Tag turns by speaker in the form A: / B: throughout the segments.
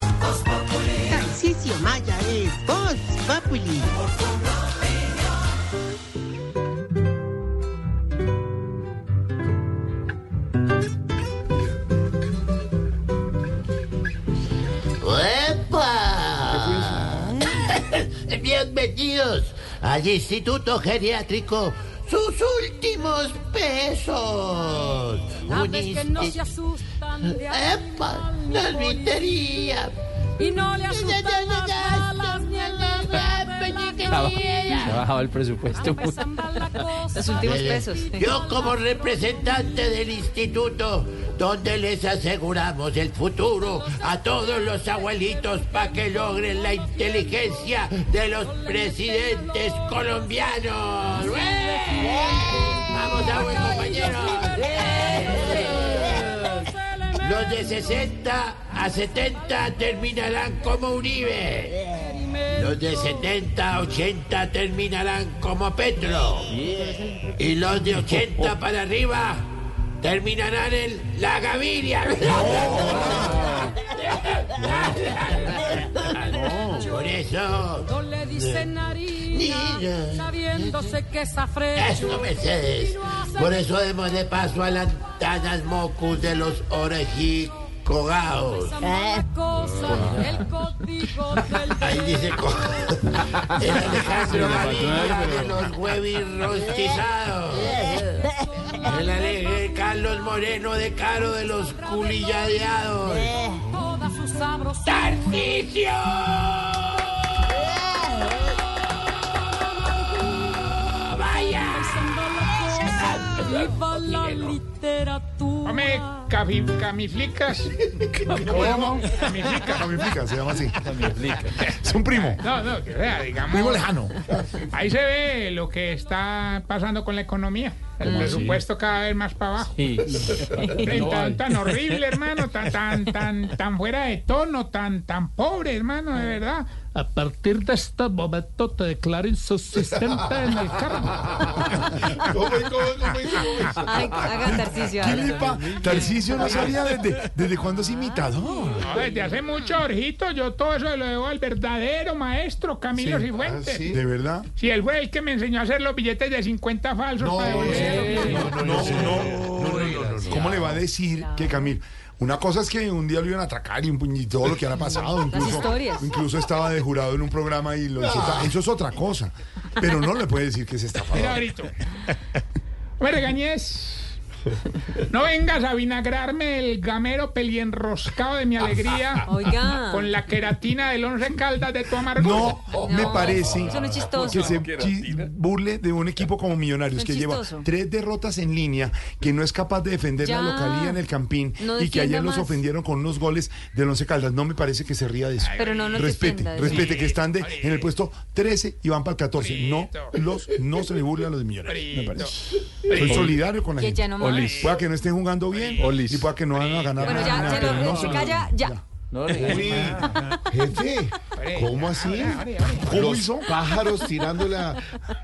A: Tarcisio Maya es Voz Populi.
B: ¡Epa! Bienvenidos al Instituto Geriátrico. Sus últimos pesos. Un
C: Aves Ah, que no
B: insti-
C: se asustan de
B: Eh, ¡Epa!
C: animal ni
B: La
C: poli-
B: albitería.
C: Y no le
B: Ya, ya,
C: asustan
B: ya,
C: las
B: ya,
C: balas ni el
B: peluquería.
D: Se ha bajado el presupuesto.
C: Los
B: Yo como representante del instituto, donde les aseguramos el futuro a todos los abuelitos para que logren la inteligencia de los presidentes colombianos. ¡Eh! Vamos a buen compañero. Los de 60 a 70 terminarán como Uribe. Los de 70 a 80 terminarán como Petro. Y los de 80 para arriba terminarán en la Gaviria. Por eso,
C: No le dicen harina,
B: Mira.
C: sabiéndose que es afrecho.
B: eso Mercedes. Por eso demos de paso a las tanas mocus de los orejicogaos.
C: La
B: Ah.
C: cosa, el código del
B: Ahí dice co- el Alejandro Gaviria de los huevis rostizados. El alegre Carlos Moreno de Caro de los culilladeados.
C: toda su sabrosura.
B: ¡Tarcicio! ¡Vaya!
C: Viva la literatura.
E: Come cami- camiflicas.
F: ¿Cómo?
E: Camiflicas.
F: Camiflica, se llama así. Es un primo.
E: No, no, que sea, digamos.
F: Primo lejano.
E: Ahí se ve lo que está pasando con la economía. El presupuesto cada vez más para abajo.
D: Sí.
E: Tan-
D: No,
E: tan, tan horrible, hermano, tan, tan, tan, tan fuera de tono, tan, tan pobre, hermano, de verdad. A partir de este momento te declaro insubsistente en el cargo.
F: ¿Qué le pa- Tarcisio no sabía desde, desde cuándo es imitador.
E: No, desde hace mucho, Orjito, yo todo eso se lo debo al verdadero maestro Camilo Cifuentes.
F: ¿De verdad?
E: Si él fue el que me enseñó a hacer los billetes de 50 falsos
F: No,
E: para devolver.
F: no, no, no, no, no, no. Pues, ¿Cómo le va a decir que Camil? Una cosa es que un día lo iban a atracar y, un puñ- y todo lo que han pasado. Incluso, Incluso estaba de jurado en un programa y lo hizo. Eso es otra cosa. Pero no le puede decir que es
E: Mira,
F: estafador.
E: grito. No me regañes. No vengas a vinagrarme el gamero pelienroscado de mi alegría con la queratina del once caldas de tu amargura.
F: No, me parece que se chi- burle de un equipo como Millonarios que lleva tres derrotas en línea, que no es capaz de defender la localía en el Campín y que ayer los ofendieron con unos goles del Once Caldas. No me parece que se ría de eso. Pero no, respete, respete que están de- en el puesto 13 y van para el 14. No, los, no se le burle a los de Millonarios. Me
E: Brito.
F: parece. Soy solidario con la gente.
D: Olis.
F: Pueda que no estén jugando bien
D: Olis.
F: y pueda que no van a ganar.
G: Bueno, ya,
F: nada,
G: ya,
F: pero
G: no,
F: no
G: se
F: se le-
G: calla, ya.
D: No, no,
H: Jefe, ¿cómo así?
F: ¿Cómo
H: Los
F: hizo?
H: pájaros tirándole a,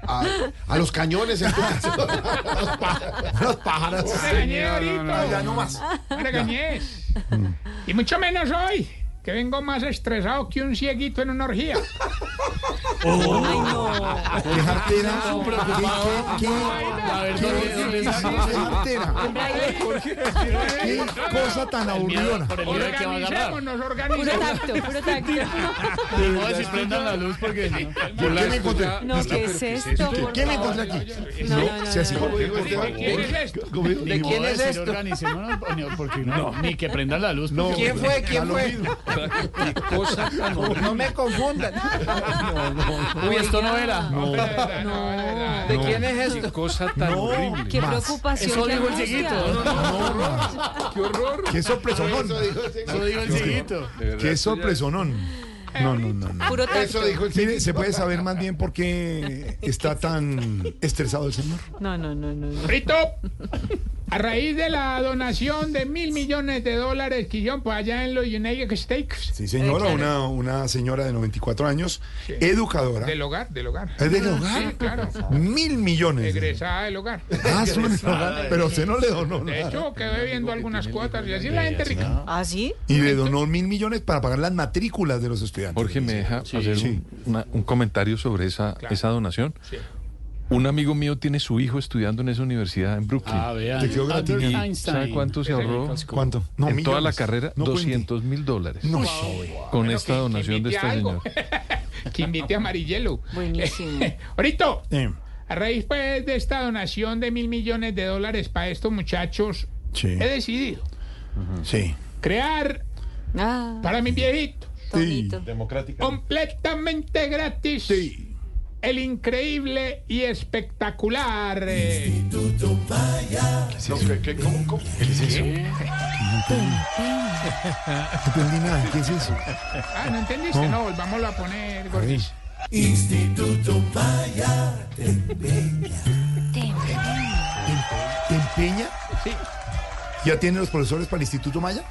H: a- a los cañones en tu casa. Los pájaros. Los pájaros.
E: No me regañes, Dorito.
F: Ya no más.
E: No me regañes. Y mucho menos hoy, que vengo más estresado que un cieguito en una orgía.
F: ¿Qué jartera? ¿Qué? ¿Qué? ¿Qué? ¿Qué jartera? ¿Qué cosa tan aburridona?
E: Organicémonos,
G: Puro
E: organicémonos.
G: tacto, puro tacto.
F: ¿Qué me encontré?
G: No, ¿qué es esto? por
F: ¿Qué me
G: favor?
F: encontré aquí? No, se así.
E: ¿Quién es esto?
H: ¿De quién es esto?
I: Ni que prendan la luz.
H: ¿Quién fue? ¿Quién fue?
D: cosa tan horrible.
H: No me confundan.
I: Uy, esto no era.
E: No,
I: Hombre,
E: no, no, de verdad.
I: ¿De quién es esto?
D: cosa tan
I: No,
D: horrible.
G: Qué
I: Más.
G: preocupación.
I: Eso
G: qué
I: dijo el
G: angustia.
I: chiquito.
D: Qué horror.
F: Qué sorpresonón.
I: Eso dijo el chiquito.
D: De verdad, esto
F: Qué
D: ya-
F: sorpresonón. No, no, no. no.
G: Puro tacto.
H: Eso dijo el
F: Mire, ¿se puede saber más bien por qué está tan estresado el señor?
G: No, no, no, no. no.
E: Rito, a raíz de la donación de mil millones de dólares que hicieron por allá en los United States,
F: Sí, señora,
G: Eh,
F: una, una señora de 94 años, educadora.
E: del hogar, del hogar.
F: ¿Es del hogar?
E: Sí, claro.
F: Mil millones.
E: Egresada del hogar.
F: Ah, su- pero usted no le donó
E: De
F: nada.
E: hecho, quedó debiendo algunas cuotas y así la gente rica.
G: ¿Ah, sí?
F: Y le donó mil millones para pagar las matrículas de los estudiantes.
D: Jorge, ¿me deja hacer
F: Sí.
D: un, una- un comentario sobre esa,
E: Claro.
D: esa donación?
E: Sí.
D: Un amigo mío tiene su hijo estudiando en esa universidad en Brooklyn.
I: Ah, vean.
F: Te quedó gratis.
I: Albert
D: ¿Y
I: Einstein.
D: sabe cuánto se
E: Ese
D: ahorró?
F: ¿Cuánto? No,
D: en toda
F: millones.
D: la carrera,
F: No cuente.
D: 200 mil dólares.
F: No,
D: Con
E: Bueno,
D: esta
E: que- que
D: donación de este
E: invite
D: esta
E: algo.
D: señora.
E: que invite a Marillelo.
G: Buenísimo.
E: Ahorita,
F: Eh,
E: a raíz pues, de esta donación de mil millones de dólares para estos muchachos,
F: Sí.
E: he decidido
F: sí.
E: crear
G: Ah,
E: para mis viejitos
G: Tonito.
E: completamente gratis
F: Sí.
E: el increíble y espectacular eh,
F: No entendí nada. ¿Qué es eso?
E: Ah, ¿no entendiste? No, volvámoslo a poner,
F: Ay,
E: gordis.
F: ¿Te empeña?
E: Sí.
F: ¿Ya tiene los profesores para el Instituto Maya?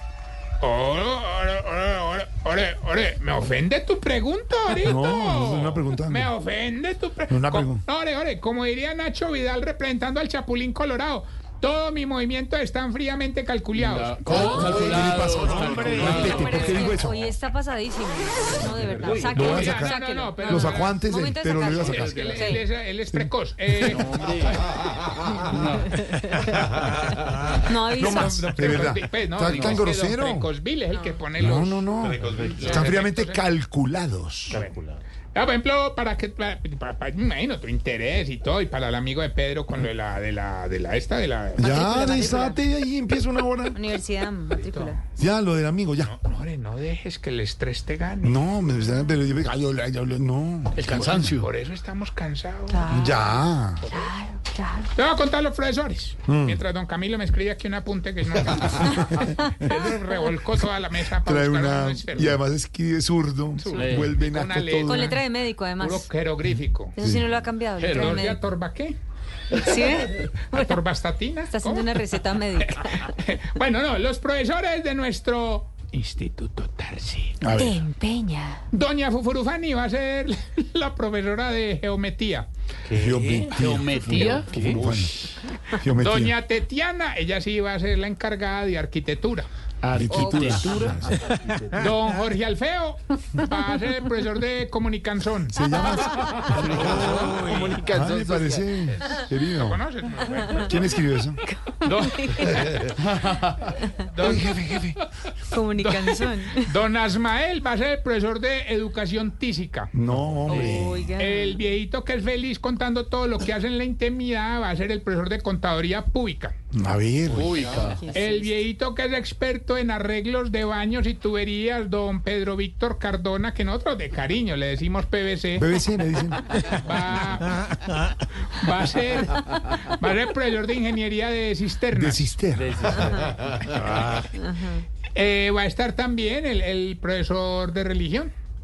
E: Ore, ore, ore, ore, ore, ore. Me ofende tu pregunta, ahorita.
F: No, no es una pregunta.
E: Me ofende tu pregunta.
F: No es una pregunta.
E: Ore, ore, como diría Nacho Vidal representando al Chapulín Colorado, todos mis movimientos están fríamente calculados.
I: ¿Cómo? Calculado.
F: Respete,
G: Pero
F: ¿por
G: es
F: qué digo
G: que
F: eso?
G: Hoy está pasadísimo. No, de verdad.
F: Lo
G: Sáquelo,
F: voy a
E: Oiga,
F: sacar.
E: no, no, no, pero-
F: Lo sacó antes, él,
G: Momento de
F: pero lo iba a
G: sacarlo.
F: sacar.
E: Es que él,
G: Sí.
E: él es, él es precoz. Eh,
G: No avisas.
F: De verdad.
E: pues, no,
F: ¿Tan,
E: digo, es
F: tan
E: que don
F: grosero?
E: Precozville es el que pone
F: No,
E: los...
F: no, no. Están fríamente calculados.
E: Ah, por ejemplo, para que para, para- me imagino tu interés y todo, y para el amigo de Pedro con lo de la de la de la esta de la
F: Ya,
G: Matrícula,
F: desate ahí, empieza una hora.
G: Universidad, matrícula.
F: Ya, lo del amigo, ya.
E: No, hombre, no dejes que el estrés te gane.
F: No, me- pero yo ay, yo- yo- yo- no.
I: El cansancio.
E: Por eso estamos cansados.
F: Ya.
E: Te voy a contar los profesores.
F: Mm.
E: Mientras don Camilo me escribe aquí un apunte que no Pedro revolcó toda la mesa para
F: Trae
E: buscar
F: una.
E: uno enfermo.
F: Y además escribe zurdo.
E: Zurdo.
F: Vuelve
E: Con
F: naco
E: una letra.
F: todo.
G: Con letra de médico, además.
E: Puro jerogrífico.
G: Eso sí no lo ha cambiado. Letra de
E: Pero ya
G: médico.
E: torba qué?
G: ¿Sí ve?
E: ¿Atorbastatina?
G: Está haciendo
E: ¿Cómo?
G: una receta médica.
E: bueno, no, los profesores de nuestro Instituto Tarsi.
F: A
G: Te
F: ver.
G: empeña.
E: Doña Fufurufani va a ser la profesora de geometría.
F: Geometría.
I: ¿Geometría?
F: Bueno, geometría.
E: Doña Tetiana, ella sí va a ser la encargada de arquitectura.
I: Arquitectura.
E: Don Jorge Alfeo va a ser el profesor de comunicanzón.
F: Se llama. Ah, me parece. Querido.
E: ¿Conoces? Muy bueno.
F: ¿Quién escribió eso?
E: Don, don,
G: Comunicanzón.
E: don Asmael va a ser el profesor de educación tísica.
F: No, hombre.
G: Oiga.
E: El viejito que es feliz contando todo lo que hace en la intimidad va a ser el profesor de contaduría pública.
F: A ver.
E: El viejito que es experto en arreglos de baños y tuberías, don Pedro Víctor Cardona, que nosotros de cariño le decimos PVC,
F: BBC me dicen.
E: va, va a ser va a ser profesor de ingeniería de
F: De
E: cisternas.
F: cisterna.
E: Eh, va a estar también el, el profesor de religión,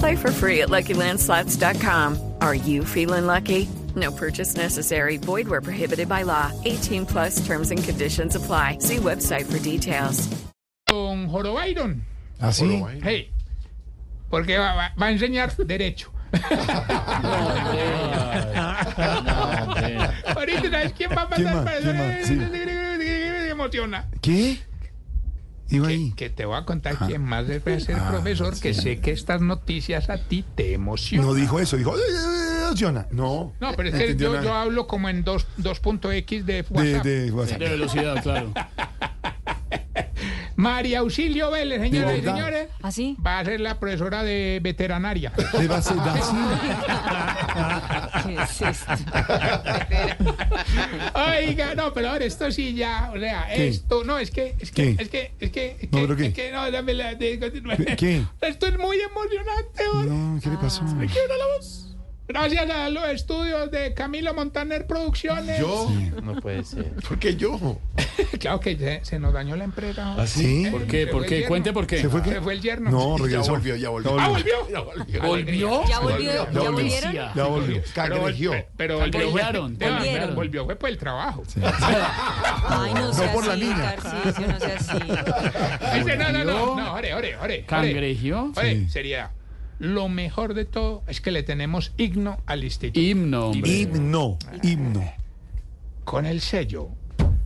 J: Play for free at LuckyLandSlots.com. Are you feeling lucky? No purchase necessary. Void where prohibited by law. 18 plus terms and conditions apply. See website for details.
E: don Jorobairon.
F: ¿Así?
E: Hey, porque va, va- va a enseñar derecho.
F: Ah,
E: Ahorita, ¿sabes quién va a
F: ¿Quién
E: pasar
F: más?
E: para eso?
F: ¿Quién más? Sí.
E: Me emociona.
F: ¿Qué? Digo ahí.
E: Que te voy a contar quién más
F: Ah,
E: debe ser profesor, que sé que estas noticias a ti te emocionan.
F: No dijo eso, dijo. "Ay, ay, dedos, Jonah? No.
E: No, pero es que
F: entendió
E: yo,
F: nada.
E: yo hablo como en dos- 2.x de
F: De,
E: WhatsApp.
F: de WhatsApp.
I: De velocidad, claro.
E: María Auxilio Vélez, señoras y
F: verdad?
E: señores,
G: ¿Así?
E: va a ser la profesora de veterinaria.
F: ¿Le va a hacer
G: ¿Qué es esto?
E: Oiga, no, pero ahora esto sí ya, o sea,
F: ¿Qué?
E: esto, no, es que, es
F: ¿Qué?
E: que, es que, es que, es
F: No,
E: que-
F: ¿pero qué?
E: es que, no, dame la, de, continúa.
F: ¿Qué?
E: Esto es muy emocionante, hoy.
F: No, ¿qué le pasó?
E: Me quiebra la voz. Gracias a los estudios de Camilo Montaner Producciones.
H: ¿Yo?
I: No puede ser.
H: ¿Por qué yo?
E: Claro que se, se nos dañó la empresa. ¿no?
F: Ah, ¿Sí?
I: ¿Por qué? ¿Por qué? Cuente por qué.
F: ¿Se fue
E: Se
F: qué?
E: fue el yerno.
F: No,
H: Ya
F: regresó.
H: volvió, ya volvió.
E: ¡Ah, volvió!
H: Ya volvió.
I: ¿Volvió?
G: ¿Ya, volvió, ¿Ya volvieron?
F: Ya volvió.
E: Pero,
H: Cangrejió.
E: pero, pero volvió, fue-
I: Volvieron.
E: Esteban,
G: Volvieron.
E: volvió fue por el trabajo.
G: Ay, no, sea
F: por la
G: así,
F: niña.
G: Tarcisio, no sea así.
E: Ese, no, no, no, no, ore, ore, ore. ore.
I: ¿Cangrejió?
E: Oye, seriedad. Lo mejor de todo es que le tenemos himno al instituto.
I: Himno, hombre.
F: Himno. Himno.
E: Con el sello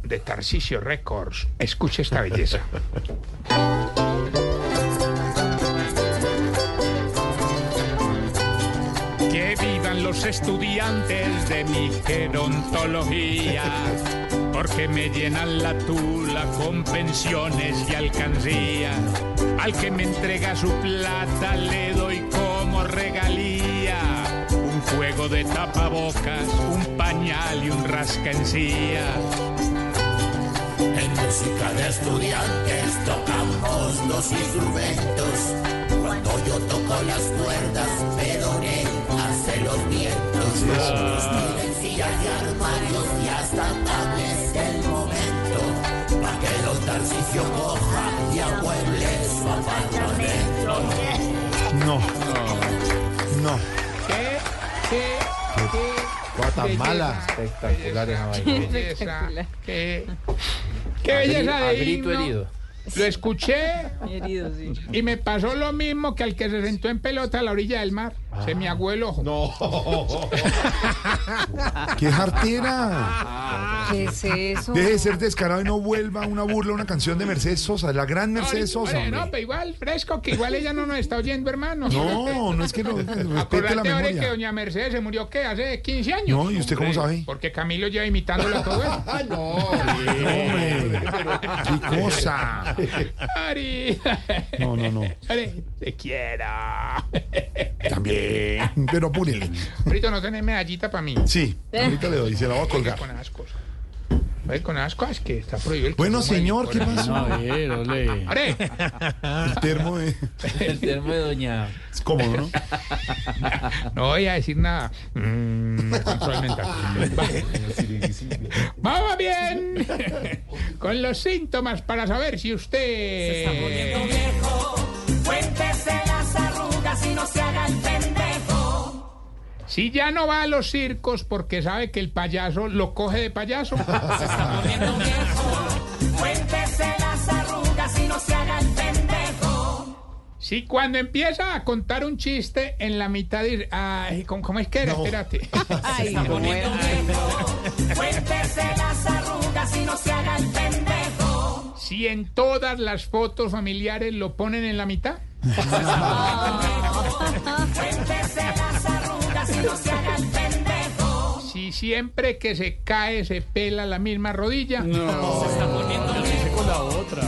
E: de Tarcisio Records, escuche esta belleza. Que vivan los estudiantes de mi gerontología, porque me llenan la tula con pensiones y alcancía. Al que me entrega su plata le doy como regalía un juego de tapabocas, un pañal y un rascancía.
B: En música de estudiantes tocamos los instrumentos. Cuando yo toco las cuerdas, me hace los vientos. Los en sillas y armarios y hasta tables el momento. Pa' que los Tarcicio coja y amueble su apartamento.
F: No. No.
E: ¿Qué? ¿Qué?
H: Cuata mala.
E: Qué belleza, qué, qué belleza de himno. Lo escuché
G: Herido, sí.
E: y me pasó lo mismo que al que se sentó en pelota a la orilla del mar.
F: Ah.
E: Se me aguó el ojo.
H: No.
F: ¡Qué jartera!
G: ¿Qué es eso?
F: Deje de ser descarado y no vuelva una burla, una canción de Mercedes Sosa, la gran
E: No,
F: Mercedes
E: hombre,
F: Sosa.
E: no,
F: hombre.
E: pero igual, fresco, que igual ella no nos está oyendo, hermano.
F: No, no es que no, respete la
E: Acordate ahora que
F: memoria.
E: doña Mercedes se murió, ¿qué? Hace 15 años.
F: No, ¿y usted cómo sabe?
E: Porque Camilo lleva imitándola todo eso.
H: Ah, no.
F: Hombre, ¡Qué cosa!
E: Ari,
F: No, no, no.
E: Ari, te quiero.
F: También. Pero apúrele.
E: Ahorita no tenés medallita para mí.
F: Sí, ahorita le doy, se la voy a
E: Oiga,
F: colgar.
E: con ascos. Oiga, con ascos que está prohibido. el
F: Bueno,
E: consumo de
F: señor, ¿qué
E: licor.
F: pasó?
I: A ver, ole.
E: Are,
F: El termo de-
K: El termo de doña.
F: es cómodo, ¿no?
E: No voy a decir nada. Mm, control mental. Va- Vamos bien con los síntomas para saber si usted. Si ya no va a los circos porque sabe que el payaso lo coge de payaso. Si cuando empieza a contar un chiste en la mitad dice, ay, ¿cómo, cómo es que era? Espérate.
G: Ay, ¿cómo era?
E: Si en todas las fotos familiares lo ponen en la mitad. Si siempre que se cae se pela la misma rodilla.
I: No. Yo lo hice con la otra.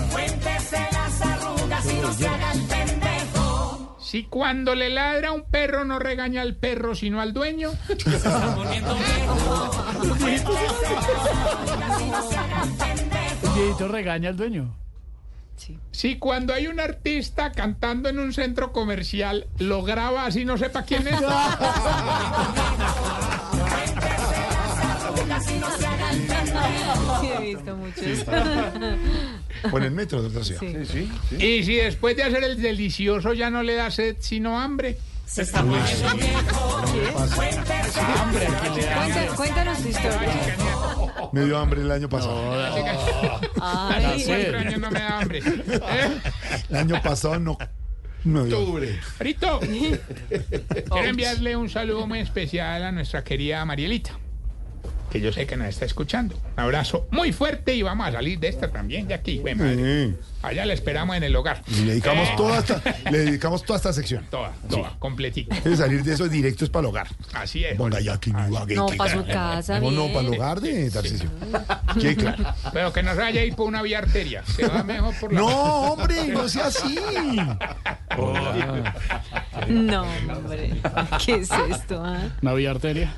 E: Si cuando le ladra un perro no regaña al perro sino al dueño.
I: El viejito regaña al dueño.
G: Sí.
E: Si cuando hay un artista cantando en un centro comercial lo graba así no sepa quién es.
G: Sí, he visto muchos.
F: O en el metro de otra ciudad.
G: Sí.
E: Y si después de hacer el delicioso ya no le da sed sino hambre.
I: Hombre, ¿a quién le da?
G: Cuenta- Cuéntanos tu historia.
F: Me dio hambre el año pasado.
E: Hace
G: Ay,
E: cuatro años Ah, no me da hambre. ¿Eh?
F: El año pasado no. no dio.
H: Octubre.
E: Frito, quiero enviarle un saludo muy especial a nuestra querida Marielita. que yo sé que nos está escuchando. Un abrazo muy fuerte y vamos a salir de esta también, de aquí. güey, madre. Allá la esperamos en el hogar.
F: Y le dedicamos,
E: Eh,
F: toda esta, le dedicamos toda esta sección.
E: Toda, toda, completita.
F: Debe salir de esos directos para el hogar.
E: Así es.
F: Ponga ya aquí, haga
J: No,
F: que-
J: pa' su casa,
F: No, no,
J: bien.
F: para el hogar de Tarcisio. Qué claro.
E: Pero que no se vaya a ir por una vía arteria. Se va mejor por la.
F: No, hombre, no sea así.
J: No, hombre. ¿Qué es esto? ah?
I: Una vía arteria.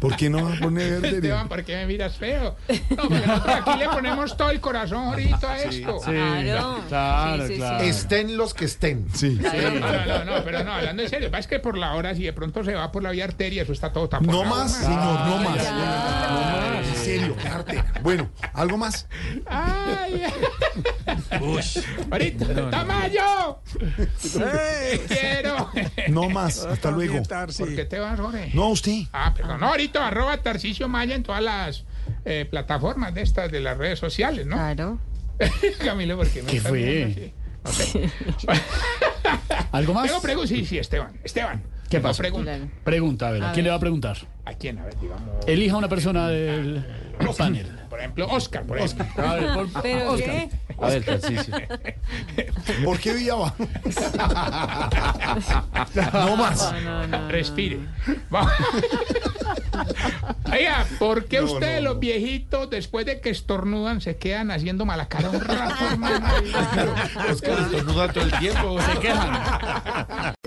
F: ¿Por qué no va a poner
E: Esteban,
F: verde?
E: ¿por qué me miras feo? No, porque nosotros aquí le ponemos todo el corazón ahorita a esto.
J: Claro.
I: Claro,
J: Sí, sí,
I: claro.
L: Estén los que estén.
F: Sí.
E: No, no, no, no, pero no, hablando en serio, es que por la hora, si de pronto se va por la vía arteria, eso está todo tapado.
F: No más, señor, no más. En serio, qué arte. Bueno, ¿algo más?
E: ¡Ay! ¡Ahorita! ¡Tamayo! ¡Quiero!
F: No más. Hasta luego.
E: ¿Por qué te vas, Jorge?
F: No, usted.
E: Ah, perdón, no, ahorita arroba Tarcicio Maya en todas las eh, plataformas de estas de las redes sociales, ¿no?
J: Claro.
E: Camilo, ¿por qué me
I: ¿Qué
E: estás
I: fue?
E: mirando así?
I: ¿Algo más?
E: Tengo preguntas, sí, sí, Esteban. Esteban.
I: ¿Qué
E: tengo
I: pasa?
E: preguntas.
J: Claro.
I: Pregunta, a ver, ¿a quién le va a preguntar?
E: ¿A quién? A ver, digamos.
I: Elija una persona del panel.
E: Por ejemplo, Oscar, por ejemplo.
I: A ver, por-
J: ¿Pero
I: Oscar.
J: qué?
M: A ver, Tarcicio.
F: ¿Por qué Villaba? No más.
J: No, no, no.
E: Respire. Vamos. Oiga, ¿por qué ustedes, los viejitos, después de que estornudan, se quedan haciendo mala cara un rato, hermano?
M: todo el tiempo.
I: Se quejan.